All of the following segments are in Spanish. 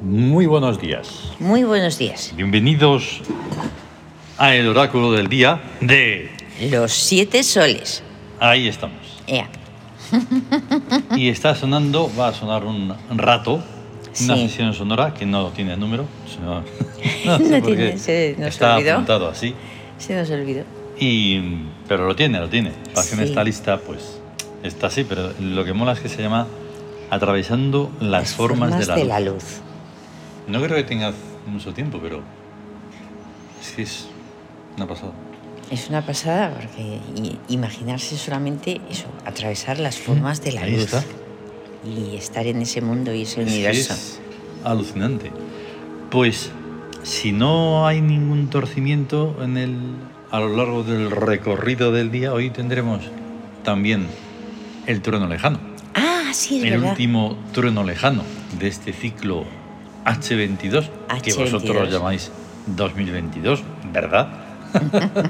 buenos días. Muy buenos días. Bienvenidos a el oráculo del día de... Los siete soles. Ahí estamos. Ea. Y está sonando, va a sonar un rato, una Sí. sesión sonora que no tiene número. sino- No sé por tiene, qué se nos está olvidó. apuntado así. Se nos olvidó. Y, pero lo tiene, lo tiene. La que en Sí. esta lista, pues, está así, pero lo que mola es que se llama Atravesando las, formas, de la, luz. No creo que tenga mucho tiempo, pero es que es una pasada. Es una pasada porque i- imaginarse solamente eso, atravesar las formas de la Ahí luz. está. Y estar en ese mundo y ese Es que universo. es alucinante. Pues, si no hay ningún torcimiento en el, a lo largo del recorrido del día, hoy tendremos también el trueno lejano. Ah, sí, es el verdad. último trueno lejano de este ciclo H22, que H22. vosotros lo llamáis 2022, ¿verdad?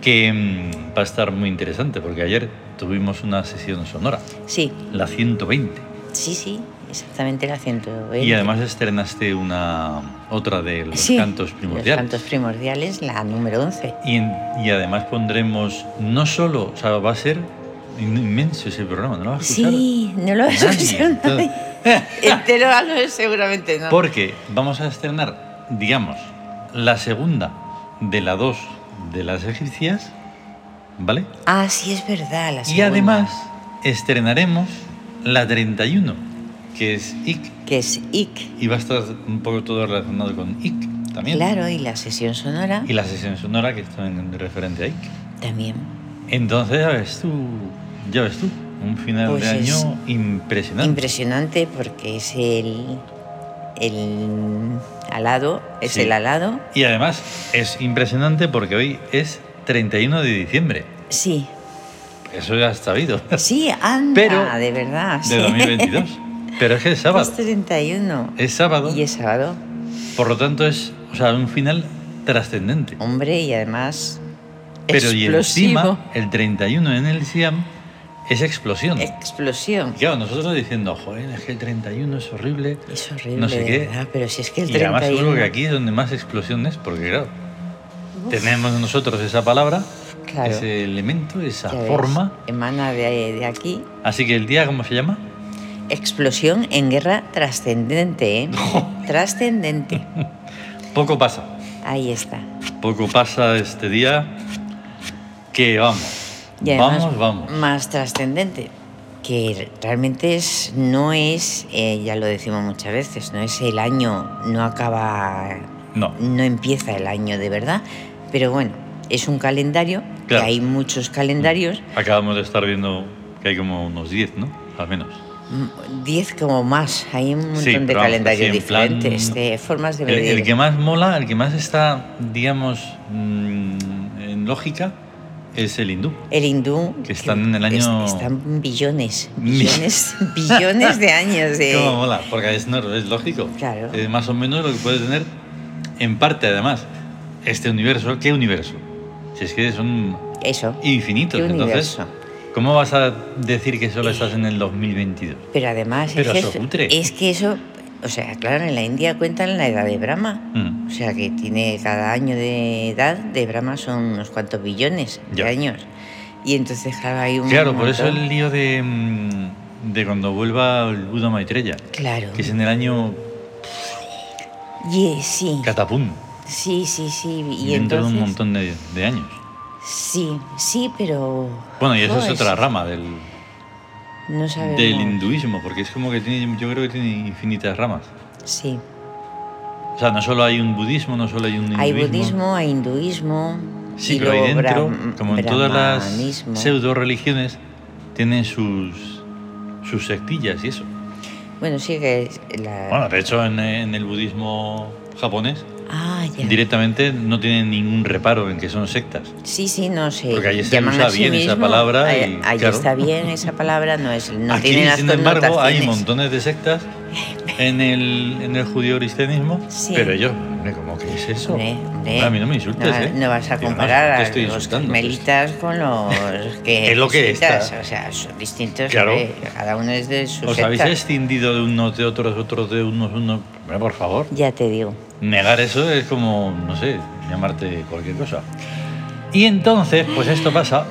que mm, va a estar muy interesante, porque ayer tuvimos una sesión sonora, Sí, la 120, sí, sí, exactamente el acento. y además estrenaste una otra de los cantos Los primordiales. cantos primordiales, la número 11. Y, en- y además pondremos, no solo, o sea, va a ser in- inmenso ese programa, ¿no lo vas a escuchar? Sí, no lo has Ah, nadie, escuchado nadie. Entero a lo seguramente no. Porque vamos a estrenar, digamos, la segunda de la dos de las egipcias, ¿vale? Ah, sí, es verdad. La Y segunda, además estrenaremos la 31, que es Ik, Que es IC. y va a estar un poco todo relacionado con Ik también. Claro, y la sesión sonora Y la sesión sonora que está en referente a Ik. también. Entonces, ya ves tú, ya ves tú, un final Pues de es año impresionante. Impresionante porque es el. El alado, es Sí. el alado. Y además es impresionante porque hoy es 31 de diciembre. Sí, Eso ya está habido. sí, anda, Pero- de verdad. Ah, sí. de 2022. Pero es que es sábado. Es 31. Es sábado, Y es sábado. por lo tanto es o sea, un final trascendente. Hombre, y además. Pero y explosivo. encima, el 31 en el Siam es explosión. Eh. Explosión. Y Claro, nosotros diciendo, joder, es que el 31 es horrible. Es horrible, No sé de qué. verdad, pero si es que el Y además 31 seguro que aquí es donde más explosión es, porque claro, tenemos nosotros esa palabra, Claro. ese elemento, esa ya ves, forma. emana de, de aquí. Así que el día, ¿cómo se llama? Explosión en guerra trascendente, ¿eh? trascendente. Poco pasa. Ahí está. Poco pasa este día que vamos. Y además, vamos, vamos. Más trascendente. Que realmente es, no es, eh, ya lo decimos muchas veces, no es el año, no acaba, No. no empieza el año de verdad. Pero bueno, es un calendario, que Claro. hay muchos calendarios, Acabamos de estar viendo que hay como unos 10, ¿no? Al menos. mm, 10 como más, hay un montón Sí, de pero vamos, calendarios así en plan- diferentes, de formas de El, el medir. que más mola, el que más está, digamos, mm, en lógica, es el hindú. El hindú. Que están en el año- están billones, Mi- billones, billones de años. De... ¿Cómo mola? Porque es, nor- es lógico. Claro. Es más o menos lo que puede tener, en parte además, este universo. ¿Qué universo? Si es que son Eso. infinitos. ¿Qué Entonces, universo? ¿cómo vas a decir que solo estás en el 2022? Pero además Pero es, eso que, cutre. es que eso, o sea, claro, en la India cuentan la edad de Brahma. Mm. O sea, que tiene cada año de edad de Brahma son unos cuantos billones Ya. de años. Y entonces, claro, hay un. Claro, por eso montón. el lío de, mm, de cuando vuelva el Buda Maitreya, Claro. que es en el año Y, sí, Catapum, sí, sí, sí. Y dentro entonces, de un montón de, de años. Sí, sí, pero. Bueno, y eso Jo, es otra rama del, No sabemos. del hinduismo, porque es como que tiene, yo creo que tiene infinitas ramas. Sí. O sea, no solo hay un budismo, no solo hay un hinduismo. Hay budismo, hay hinduismo. Sí, y pero ahí luego dentro, brahm- como en todas las brahmanismo. pseudo religiones, tienen sus, sus sectillas y eso. Bueno, sí que es la. Bueno, de hecho, en- en el budismo japonés ah, ya. directamente no tienen ningún reparo en que son sectas. Sí, sí, no sé. Porque allí se llaman usa a sí bien esa mismo. palabra Ahí, y, ahí claro. está bien esa palabra, no es, no Aquí, tiene las sin embargo, hay connotaciones. montones de sectas en el, en el judío cristianismo, Sí. pero ellos Hombre, ¿cómo que es eso? Hombre, hombre. a mí no me insultes, no, ¿eh? no vas a Digo, no, comparar te a estoy los insultando, te carmelitas con los que Es lo que visitas, está. O sea, son distintos. Claro. hombre, Cada uno es de su ¿Os secta. habéis extendido de unos de otros, otros de unos, unos? Hombre, por favor. Ya te digo. Negar eso es como, no sé, llamarte cualquier cosa. Y entonces, pues esto pasa.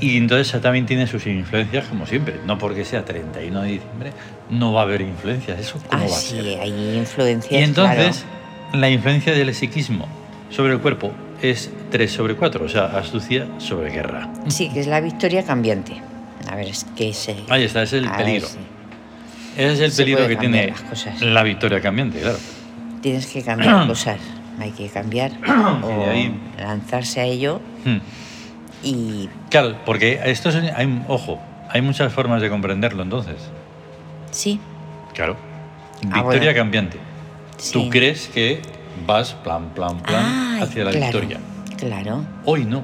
Y entonces también tiene sus influencias, como siempre. No porque sea 31 de diciembre, no va a haber influencias. ¿Eso cómo Ah, va a sí, ser? hay influencias. Y entonces, claro. la influencia del psiquismo sobre el cuerpo es 3 sobre 4, o sea, astucia sobre guerra. Sí, que es la victoria cambiante. A ver, es que es el. Ahí está, ese es el a ver, peligro. sí. Ese es el Ah, Se peligro puede que tiene cambiar las cosas. la victoria cambiante, claro. Tienes que cambiar cosas. Hay que cambiar o Y de ahí- lanzarse a ello Hmm. y Claro, porque esto es, hay, ojo, hay muchas formas de comprenderlo entonces. sí. Claro. Ah, Victoria bueno. cambiante. sí. Tú crees que vas plan, plan, plan Ah, hacia la claro, victoria. Claro. Hoy no.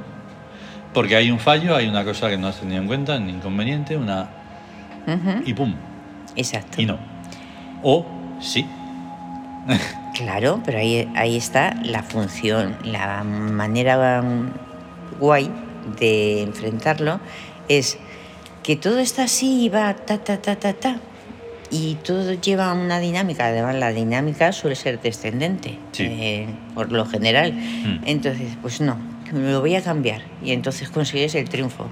Porque hay un fallo, hay una cosa que no has tenido en cuenta, un inconveniente, una... Ujú, y pum, Exacto. y no. O sí. Claro, pero ahí, ahí está la función, la manera mm, guay de enfrentarlo es que todo está así y va ta, ta, ta, ta, ta. Y todo lleva una dinámica, además la dinámica suele ser descendente, Sí. eh, por lo general. Entonces, pues no, lo voy a cambiar y entonces consigues el triunfo.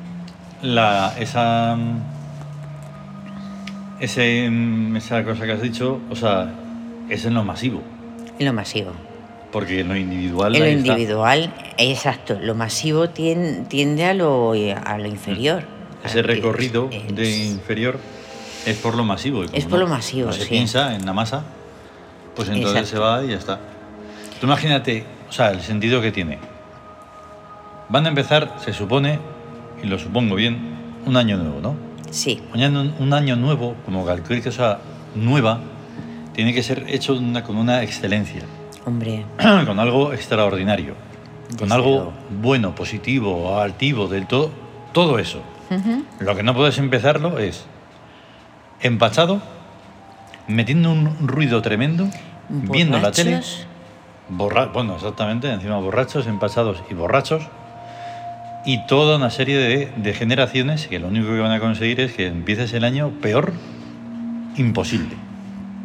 La, esa, mm, ese, mm, esa cosa que has dicho, o sea, es en lo masivo. En lo masivo. Porque en lo individual... En lo ahí está. individual, exacto, lo masivo tien- tiende a lo, eh, a lo inferior. Mm. Ese Claro, que recorrido es- de inferior es por lo masivo. y como Es por no- lo masivo, no se sí. piensa en la masa, pues entonces Exacto. se va y ya está. Tú imagínate, o sea, el sentido que tiene. Van a empezar, se supone, y lo supongo bien, un año nuevo, ¿no? Sí, Un año, un año nuevo, como cualquier cosa nueva, tiene que ser hecho de una- con una excelencia, hombre, con algo extraordinario, con Desde algo luego. bueno, positivo, altivo, del todo, todo eso. ujú, Lo que no puedes empezarlo es empachado, metiendo un ruido tremendo, viendo la tele, borrachos, borra bueno, exactamente, encima borrachos, empachados y borrachos, y toda una serie de, de generaciones que lo único que van a conseguir es que empieces el año peor imposible.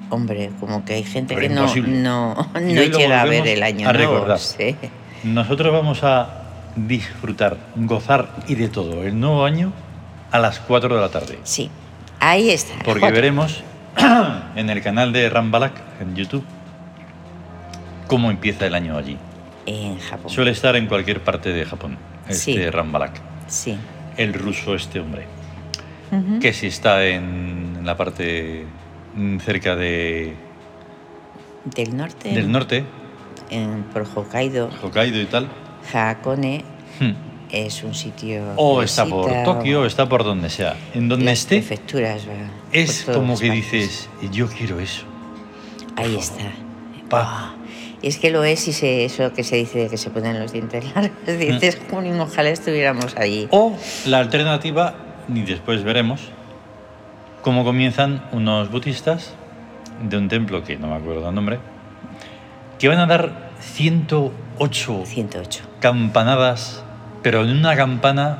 Hombre, como que hay gente Pero que no, imposible. no, no Y hoy lo llega a ver volvemos el año a nuevo, recordar. sí. Nosotros vamos a disfrutar, gozar y de todo el nuevo año a las 4 de la tarde. Sí, ahí está. Porque Juan, veremos en el canal de Rambalak en YouTube cómo empieza el año allí. En Japón. Suele estar en cualquier parte de Japón, este Oh. Sí. Rambalak, Sí. el ruso este hombre, ujú, que si está en, la parte mm, cerca de, Del norte. del norte, en- por Hokkaido, Hokkaido y tal, Hakone hmm, es un sitio. o que Oh, está por visita, Tokio, o o está por donde sea, en donde las esté, prefecturas, va, es por todas como que partes. dices, yo quiero eso. Ahí está. Pa. Es que lo es y se, eso que se dice de que se ponen los dientes largos. Dices, "Jolín, ojalá estuviéramos allí. O la alternativa, y después veremos, cómo comienzan unos budistas de un templo que no me acuerdo el nombre, que van a dar 108 108. campanadas, pero en una campana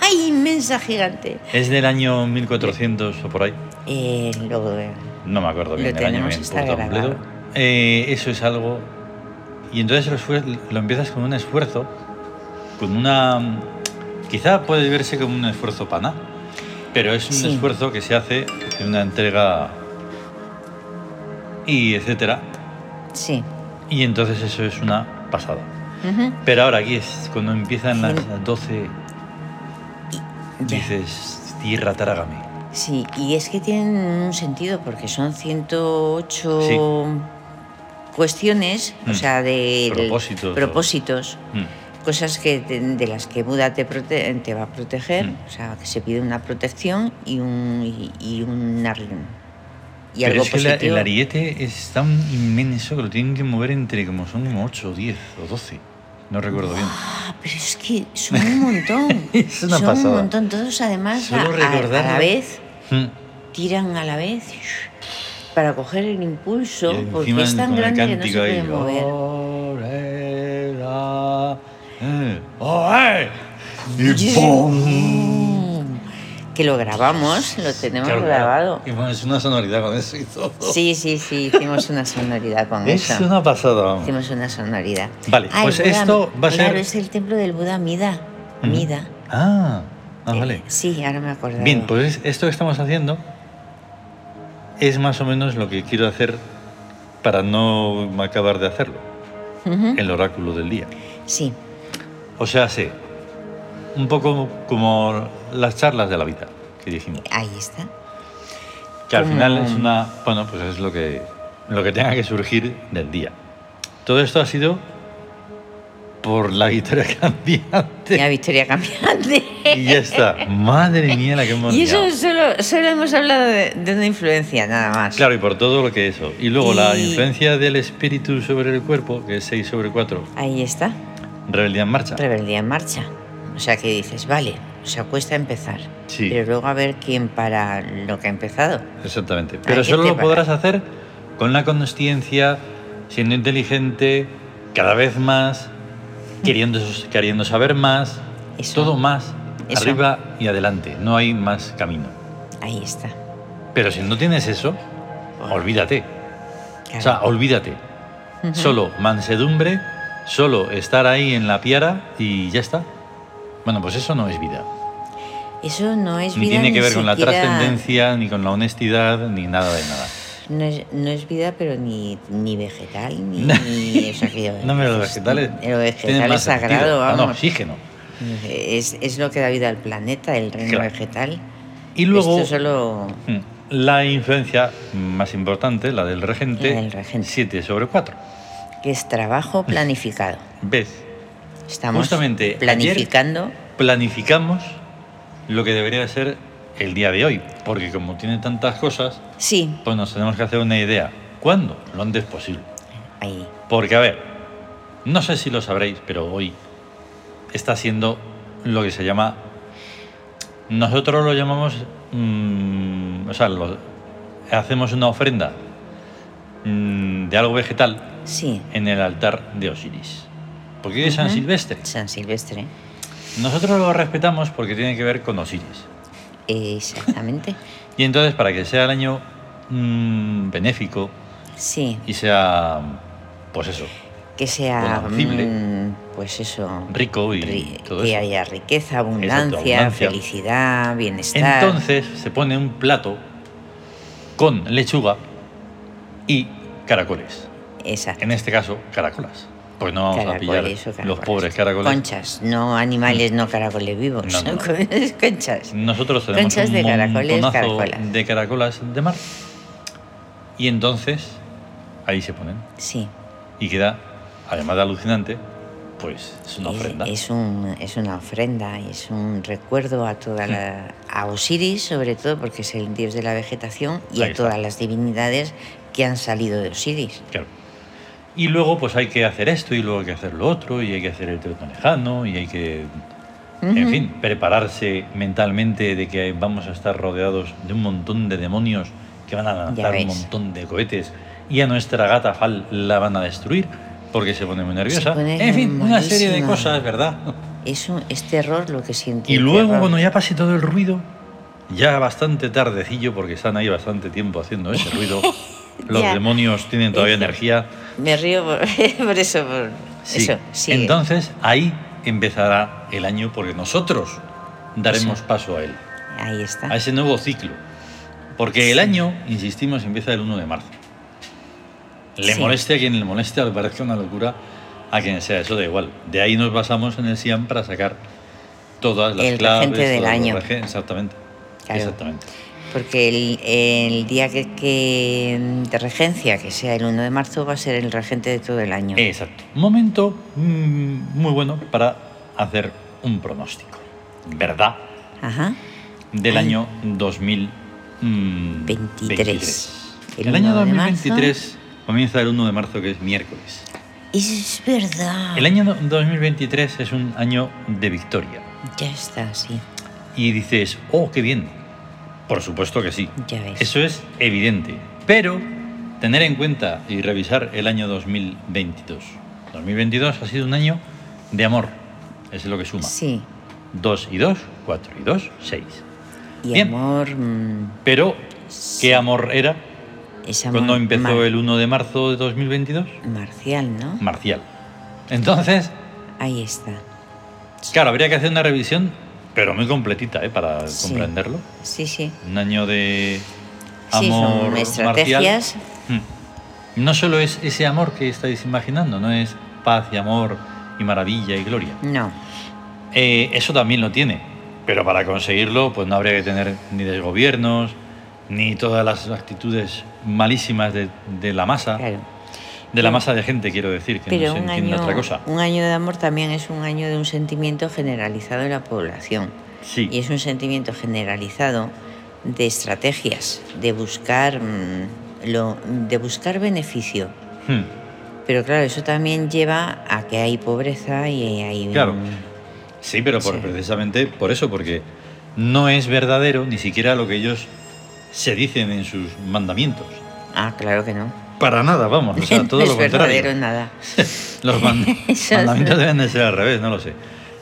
¡Ay, inmensa gigante! es del año 1400 o por ahí, Eh, luego, eh, no me acuerdo bien Lo el año, tenemos, me está importa un grabado. bledo. Eh, eso es algo... Y entonces lo, esfuer- lo empiezas con un esfuerzo, con una... Quizá puede verse como un esfuerzo pana, pero es un Sí. esfuerzo que se hace en una entrega y etcétera. sí. Y entonces eso es una pasada. Ujú. Pero ahora aquí es cuando empiezan las Sí. 12, Ya. dices, tierra, trágame. Sí, y es que tienen un sentido porque son 108 Sí. cuestiones, Mm. o sea, de Propósitos, o- propósitos, Mm. cosas que te- de las que Buda te, prote- te va a proteger, Mm. o sea, que se pide una protección y un y, y una- y Pero algo es que la- positivo. el ariete es tan inmenso que lo tienen que mover entre como son como 8, 10 o 12. No recuerdo bien. Ah, pero es que son un montón. Es una son pasada. un montón todos además Solo a, a- a Hmm. recordarlo. la vez Mm. tiran a la vez para coger el impulso, porque es tan grande que no se puede mover. eh, oh, Y ¡pum! que lo grabamos, lo tenemos Claro, claro. grabado. Y bueno, es una sonoridad con eso y todo. Sí, sí, sí, hicimos una sonoridad con Es eso. una pasada. vamos. Hicimos una sonoridad. Vale, el pues Buda- esto va a ser- Claro, es el templo del Buda Mida. Ujú. Mida. Ah, ah, Eh, vale. sí, ahora me acuerdo. Bien, pues es- esto que estamos haciendo es más o menos lo que quiero hacer para no acabar de hacerlo, el oráculo del día. Sí, O sea, sí, un poco como las charlas de la vida que dijimos, ahí está. que al Como- final es una, bueno, pues es lo que, lo que tenga que surgir del día. Todo esto ha sido por la guitarra cambiante La victoria cambiante. y ya está. Madre mía, la que hemos Y eso liado. solo, solo hemos hablado de, de una influencia, nada más. Claro, y por todo lo que eso. Y luego la Y- influencia del espíritu sobre el cuerpo, que es 6 sobre 4, Ahí está. rebeldía en marcha. Rebeldía en marcha. O sea que dices, vale, se cuesta empezar. Sí. Pero luego a ver quién para lo que ha empezado. Exactamente. Pero Hay que solo lo preparar. podrás hacer con la consciencia, siendo inteligente, cada vez más, queriendo, queriendo saber más, Mm. Eso. todo más, Eso. arriba y adelante. No hay más camino. Ahí está. Pero si no tienes eso, olvídate. O sea, Claro. olvídate. Solo mansedumbre, solo estar ahí en la piara y ya está. Bueno, pues eso no es vida. eso no es Ni vida. tiene que ver con la siquiera- trascendencia, ni con la honestidad, ni nada de nada. No es, no es vida, pero ni, ni vegetal, ni. ni- o sea, que- No, pero los vegetales, Lo tienen vegetal más es sagrado, sentido, Ah, dan vamos. oxígeno. Es, es lo que da vida al planeta, el reino Claro. vegetal. Y luego, Esto solo. mm, la influencia más importante, la del regente, La del regente. 7 sobre 4. que es trabajo planificado. ¿Ves? Estamos Justamente, ayer- planificando. Planificamos lo que debería de ser el día de hoy, porque como tiene tantas cosas, Sí, pues nos tenemos que hacer una idea. ¿Cuándo? Lo antes posible. ahí. Porque, a ver, no sé si lo sabréis, pero hoy está siendo lo que se llama. Nosotros lo llamamos. mm, o sea, lo- hacemos una ofrenda mm, de algo vegetal Sí. en el altar de Osiris. Porque hoy es San Ujú. Silvestre. San Silvestre. Nosotros lo respetamos porque tiene que ver con Osiris. Exactamente. Y entonces, para que sea el año mm, benéfico Sí. y sea. Pues eso, Que sea. Conocible. mm, pues eso. rico y ri- todo que eso. haya riqueza, Exacto, abundancia, abundancia. felicidad, bienestar. Entonces se pone un plato con lechuga y caracoles. Exacto. En este caso, caracolas. Pues no vamos Caracoles a o pillar caracoles. los pobres caracoles. Conchas, no animales, no caracoles vivos. No, no, no. Conchas. Nosotros tenemos Conchas un de caracoles, montonazo caracolas. de caracolas de mar. Y entonces ahí se ponen. Sí. Y queda, además de alucinante, pues es una Es- ofrenda. Es, un, es una ofrenda, es un recuerdo a toda la, a Osiris, sobre todo, porque es el dios de la vegetación, y Ahí a está. todas las divinidades que han salido de Osiris. Claro. Y luego pues hay que hacer esto y luego hay que hacer lo otro y hay que hacer el teatro lejano y hay que, en Ujú. fin, prepararse mentalmente de que vamos a estar rodeados de un montón de demonios que van a lanzar un ves. montón de cohetes y a nuestra gata Fal la van a destruir porque se pone muy nerviosa. pone en fin, una serie de malísima. cosas, ¿verdad? Es, un, es terror este lo que siente. Y el luego terror. cuando ya pase todo el ruido, ya bastante tardecillo porque están ahí bastante tiempo haciendo ese ruido, los Ya. demonios tienen todavía Eso. energía. Me río por, por eso, por Sí. eso. Sí. Entonces ahí empezará el año porque nosotros daremos Eso. paso a él, Ahí está. a ese nuevo ciclo. Porque el año, insistimos, empieza el 1 de marzo. Le Sí. moleste a quien le moleste, le parezca una locura a quien sea, eso da igual. De ahí nos basamos en el SIAM para sacar todas las El claves. regente del todos los año. regen- Exactamente. Claro. Exactamente. Porque el, el día que, que de regencia, que sea el 1 de marzo, va a ser el regente de todo el año. Exacto. Momento mm, muy bueno para hacer un pronóstico. ¿Verdad? Ajá. del Ay. año 2023. 23. El, El año 1 de 2023 comienza el 1 de marzo, que es miércoles. Es verdad. El año 2023 es un año de victoria. Ya está, sí. Y dices, oh, qué bien. Por supuesto que sí. Ya ves. Eso es evidente. Pero tener en cuenta y revisar el año 2022. 2022 ha sido un año de amor, es lo que suma. Sí. 2 y 2, 4 y 2, 6. Y Bien. amor. mm, Pero, ¿qué amor era Es amor cuando empezó mar- el 1 de marzo de 2022? Marcial, ¿no? Marcial. Entonces, Ahí está. claro, habría que hacer una revisión, pero muy completita, ¿eh? para Sí. comprenderlo. Sí, sí. Un año de Sí, son amor estrategias. marcial. Mm. No solo es ese amor que estáis imaginando, no es paz y amor y maravilla y gloria. No. Eh, eso también lo tiene, pero para conseguirlo pues no habría que tener ni desgobiernos, ni todas las actitudes malísimas de, de la masa, Claro. de la Pero- masa de gente quiero decir, que Pero no Ah, se un, entiende año, otra cosa. un año de amor también es un año de un sentimiento generalizado en la población. Sí, Y es un sentimiento generalizado de estrategias, de buscar, mm, lo, de buscar beneficio. Mm. Pero claro, eso también lleva a que hay pobreza y hay... Claro. mm, sí pero por- Sí. precisamente por eso, porque no es verdadero ni siquiera lo que ellos se dicen en sus mandamientos. Ah, claro que no. Para nada, vamos, o sea, todo no lo es contrario. verdadero en nada. Los man- Eso es- mandamientos deben de ser al revés, no lo sé.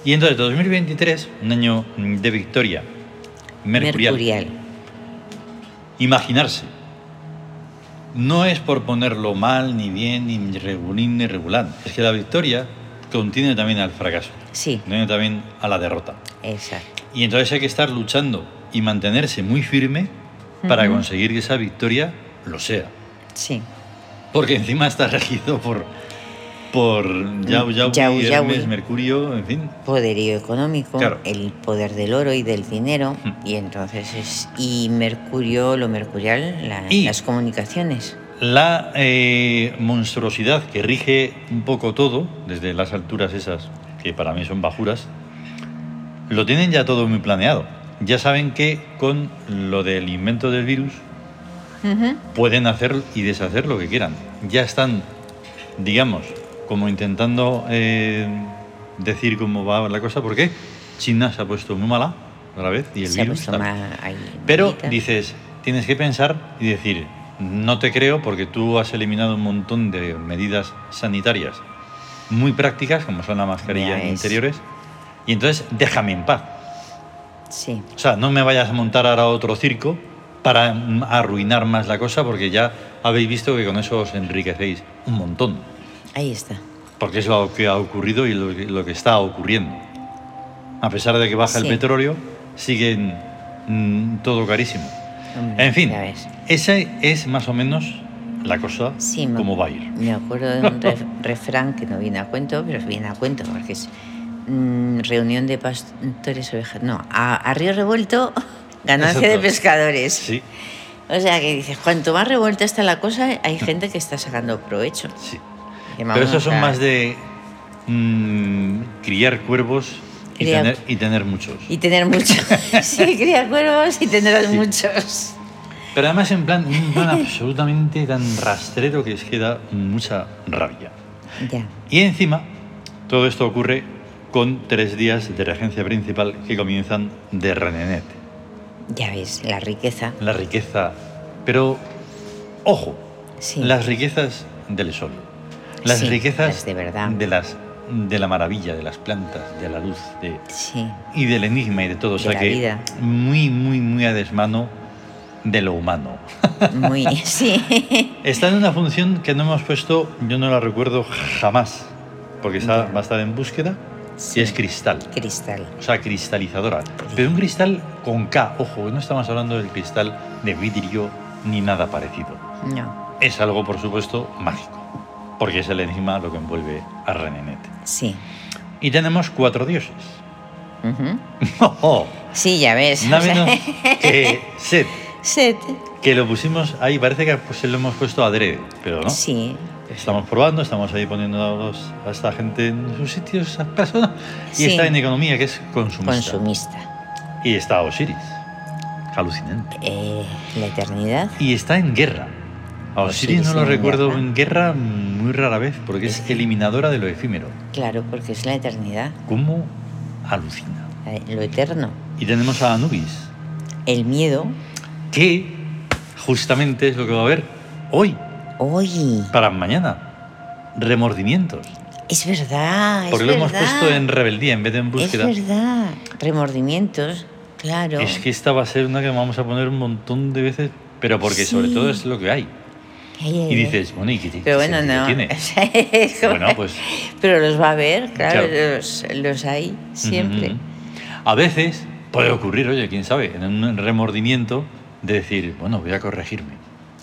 Y entonces, 2023, un año mm, de victoria mercurial. Imaginarse. No es por ponerlo mal, ni bien, ni regulín, ni regular. Es que la victoria contiene también al fracaso, Sí, contiene también a la derrota. exacto. Y entonces hay que estar luchando y mantenerse muy firme para Ujú. conseguir que esa victoria lo sea. Sí. Porque encima está regido por, por Yau Yau, Yau eh. Yaui. Hermes, Mercurio, en fin. Poderío económico, Claro. el poder del oro y del dinero, Hmm. y entonces es. Y Mercurio, lo mercurial, la- Y- las comunicaciones. La eh, monstruosidad que rige un poco todo, desde las alturas esas, que para mí son bajuras, lo tienen ya todo muy planeado. Ya saben que con lo del invento del virus Ujú. pueden hacer y deshacer lo que quieran. Ya están, digamos, como intentando eh, decir cómo va la cosa, porque China se ha puesto muy mala otra vez y el Se ha virus. puesto tal. ma- ahí Pero malita. dices, tienes que pensar y decir, no te creo porque tú has eliminado un montón de medidas sanitarias muy prácticas, como son las mascarillas Ya es. interiores, y entonces déjame en paz. Sí, O sea, no me vayas a montar ahora otro circo para mm, arruinar más la cosa porque ya habéis visto que con eso os enriquecéis un montón. ahí está. Porque es lo que ha ocurrido y lo que, lo que está ocurriendo. A pesar de que baja Sí. el petróleo, siguen mm, todo carísimo. Hombre, En fin, ya ves. esa es más o menos la cosa Sí, me- como va a ir. Me acuerdo de un ref- refrán que no viene a cuento, pero viene a cuento porque es mm, reunión de pastores ovejas. No, a, a río revuelto, ganancia de Exacto. pescadores. Sí, O sea que dices, cuanto más revuelta está la cosa, hay gente que está sacando provecho. sí. Que Pero vamos, estos o son sea, más de mm, criar cuervos y Criar- tener, y tener muchos. Y tener muchos. sí, cría cuervos y tendrás Sí. muchos. Pero además en plan, un plan absolutamente tan rastrero que es que da mucha rabia. Ya, Y encima, todo esto ocurre con tres días de regencia principal que comienzan de Renenet. ya ves, la riqueza. La riqueza, pero ojo, Sí. las riquezas del sol. Las Sí, riquezas las de verdad. de las de la maravilla, de las plantas, de la luz, de, Sí, y del enigma y de todo. o De sea la que vida. muy, muy, muy a desmano de lo humano. muy. sí. Está en una función que no hemos puesto, yo no la recuerdo jamás, porque está, Ya. va a estar en búsqueda, Sí. y es cristal, Cristal. o sea, cristalizadora. Pero un cristal con K, ojo, no estamos hablando del cristal de vidrio ni nada parecido. No, Es algo, por supuesto, mágico, porque es el enigma lo que envuelve a Renenet. sí. Y tenemos cuatro dioses. Ujú. Sí, ya ves. o Nada sea, menos que Set, Set. que lo pusimos ahí, parece que pues, lo hemos puesto adrede, pero no. Sí. Estamos probando, estamos ahí poniendo a, los- a esta gente en sus sitios, a esas personas. Y Sí. está en economía, que es consumista. Consumista. Y está Osiris, alucinante. Eh, la eternidad. Y está en guerra. A Osiris, Osiris no lo en recuerdo guerra. en guerra muy rara vez, porque es Sí. eliminadora de lo efímero. Claro, porque es la eternidad. ¿Cómo alucina? eh, Lo eterno. Y tenemos a Anubis, El miedo. que justamente es lo que va a haber hoy. Hoy. Para mañana. Remordimientos. Es verdad. Porque es lo verdad. hemos puesto en rebeldía en vez de en búsqueda. Es verdad. Remordimientos, claro. Es que esta va a ser una que vamos a poner un montón de veces, pero porque sobre Sí. todo es lo que hay. Ay, ay, Y ay. dices, bueno, ¿y qué, qué Pero bueno, sentido no. tiene? O sea, es como- Bueno, pues. Pero los va a ver, claro, Claro. Los, los hay siempre. Ujú. A veces puede ocurrir, oye, quién sabe, en un remordimiento de decir, bueno, voy a corregirme.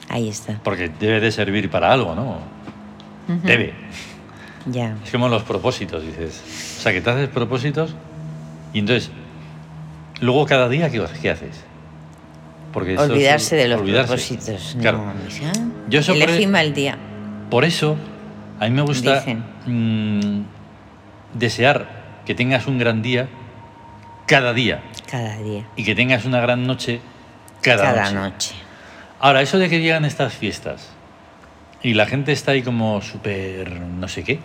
Ahí está. Porque debe de servir para algo, ¿no? Ujú. Debe. Ya. Es como los propósitos, dices. O sea, que te haces propósitos y entonces, luego cada día, ¿qué, qué haces? Porque eso es- Olvidarse de los olvidarse. propósitos. Claro. No, mija. Yo eso por Elegí el- mal día. Por eso, a mí me gusta Dicen. mm, desear que tengas un gran día cada día Cada día. y que tengas una gran noche cada, Cada noche. noche. Ahora, eso de que llegan estas fiestas y la gente está ahí como súper no sé qué,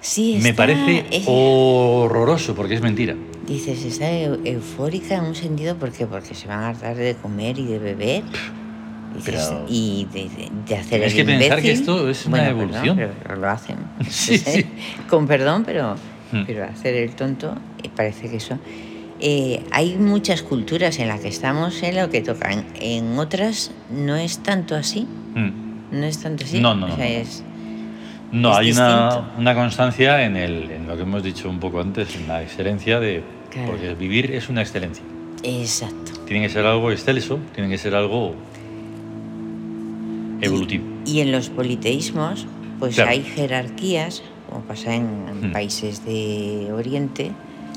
Sí, me está- parece es- horroroso porque es mentira. Dices, está eu- eufórica en un sentido porque porque se van a hartar de comer y de beber. Dices, Pero- y de, de- de hacer Tienes el que pensar que imbécil. esto es una Bueno, perdón, evolución. pero- pero lo hacen. Sí, sí. Con perdón, pero, Hmm. pero hacer el tonto eh, parece que eso. Eh, hay muchas culturas en las que estamos en lo que tocan. En otras no es tanto así. Mm. No es tanto así. No, no, O sea, no, no. es- No, Es hay una, distinto. una constancia en, el, en lo que hemos dicho un poco antes, en la excelencia de... Claro. Porque vivir es una excelencia. Exacto. Tiene que ser algo excelso, tiene que ser algo evolutivo. Y en los politeísmos, pues Claro. hay jerarquías, como pasa en, en Mm. países de Oriente,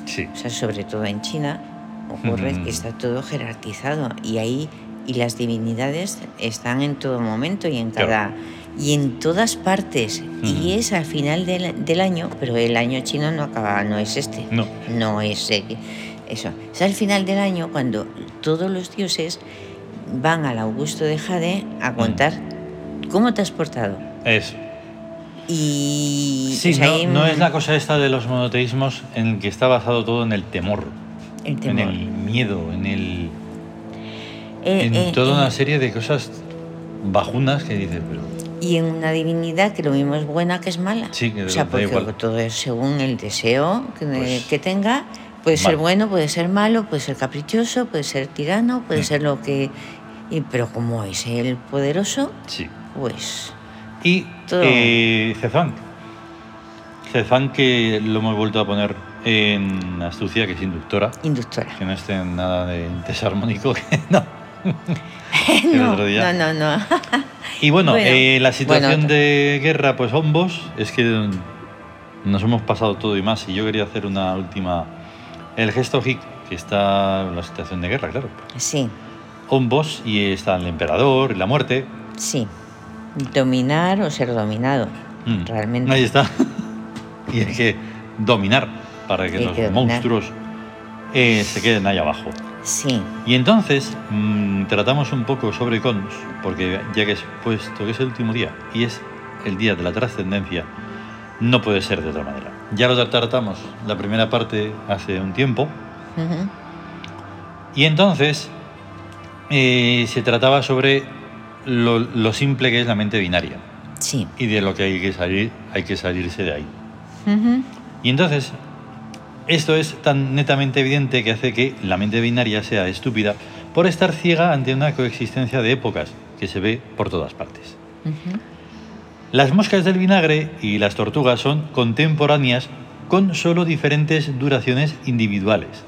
Sí. o sea, sobre todo en China, ocurre Ujú. que está todo jerarquizado y ahí y las divinidades están en todo momento y en Claro. Hmm. cada y en todas partes Ujú. y es al final del, del año, pero el año chino no acaba, no es este, No. no es eh, eso. Es al final del año cuando todos los dioses van al Augusto de Jade Mm. a contar cómo te has portado. Eso. Y pues Sí, o sea, no, hay no un- es la cosa esta de los monoteísmos en que está basado todo en el temor, el temor. en el miedo, en el Eh, en eh, toda eh. una serie de cosas bajunas que dices, pero y en una divinidad que lo mismo es buena que es mala. Sí, que o sea, da porque igual. todo es según el deseo que, Pues, que tenga. Puede ser mal. bueno, puede ser malo, puede ser caprichoso, puede ser tirano, puede Mm. ser lo que. y- pero como es el poderoso, sí. pues. Y Todo. eh, Cezanne. Cezanne que lo hemos vuelto a poner en Astucia, que es inductora, inductora. que no esté en nada de desarmónico, que no. El no, otro día. no, no, no. Y bueno, Bueno, eh, la situación bueno, otra. de guerra, pues ambos, es que nos hemos pasado todo y más. Y yo quería hacer una última. El gesto hic, que está en la situación de guerra, claro. sí, Hombos y está el emperador y la muerte. sí. Dominar o ser dominado. Mm, Realmente. Ahí está. y hay que dominar para que Hay los que dominar. monstruos eh, se queden ahí abajo. Sí, Y entonces mm, tratamos un poco sobre cons, porque ya que es puesto que es el último día y es el día de la trascendencia, no puede ser de otra manera. Ya lo tratamos la primera parte hace un tiempo, ujú, y entonces eh, se trataba sobre lo, lo simple que es la mente binaria sí. y de lo que hay que salir, hay que salirse de ahí. ujú, Y entonces, esto es tan netamente evidente que hace que la mente binaria sea estúpida por estar ciega ante una coexistencia de épocas que se ve por todas partes. ujú. Las moscas del vinagre y las tortugas son contemporáneas con solo diferentes duraciones individuales.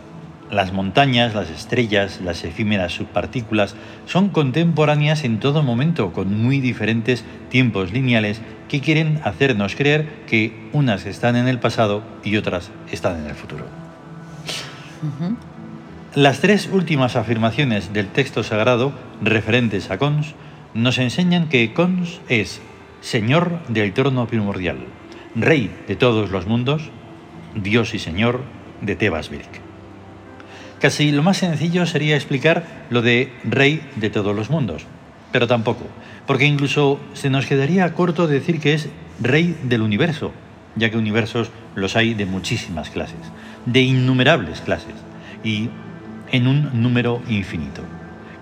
Las montañas, las estrellas, las efímeras subpartículas son contemporáneas en todo momento con muy diferentes tiempos lineales que quieren hacernos creer que unas están en el pasado y otras están en el futuro. Las tres últimas afirmaciones del texto sagrado referentes a Cons nos enseñan que Cons es Señor del trono primordial, Rey de todos los mundos, Dios y Señor de Tebas Birk. Casi lo más sencillo sería explicar lo de Rey de todos los mundos, pero tampoco, porque incluso se nos quedaría corto decir que es Rey del universo, ya que universos los hay de muchísimas clases, de innumerables clases, y en un número infinito.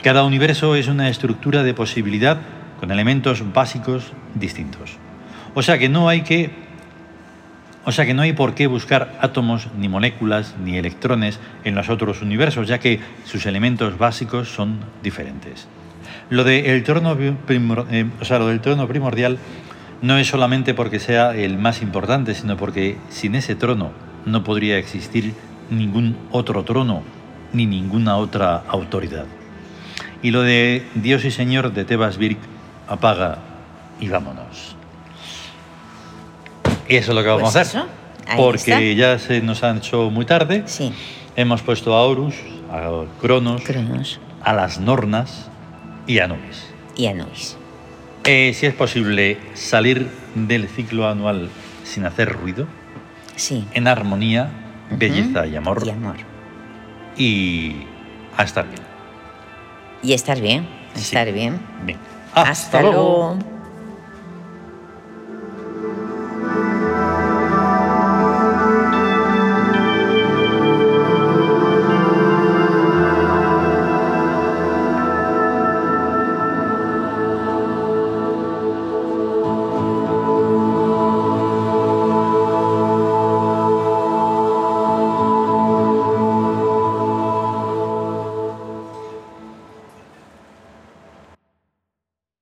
Cada universo es una estructura de posibilidad con elementos básicos distintos. O sea que no hay que o sea que no hay por qué buscar átomos, ni moléculas, ni electrones en los otros universos, ya que sus elementos básicos son diferentes. Lo, de el trono primor- eh, o sea, lo del trono primordial no es solamente porque sea el más importante, sino porque sin ese trono no podría existir ningún otro trono ni ninguna otra autoridad. Y lo de Dios y Señor de Tebas Birk apaga y vámonos. Y eso es lo que vamos Pues a hacer. eso, ahí porque ya se nos han hecho muy tarde. Sí, Hemos puesto a Horus, a Cronos, Cronos a las Nornas y a Nubes. y Anubis. Eh, si es posible salir del ciclo anual sin hacer ruido, Sí. en armonía, Ujú. belleza y amor. Y amor. Y hasta bien. Y estar bien, Sí. estar bien. Bien. Hasta, luego.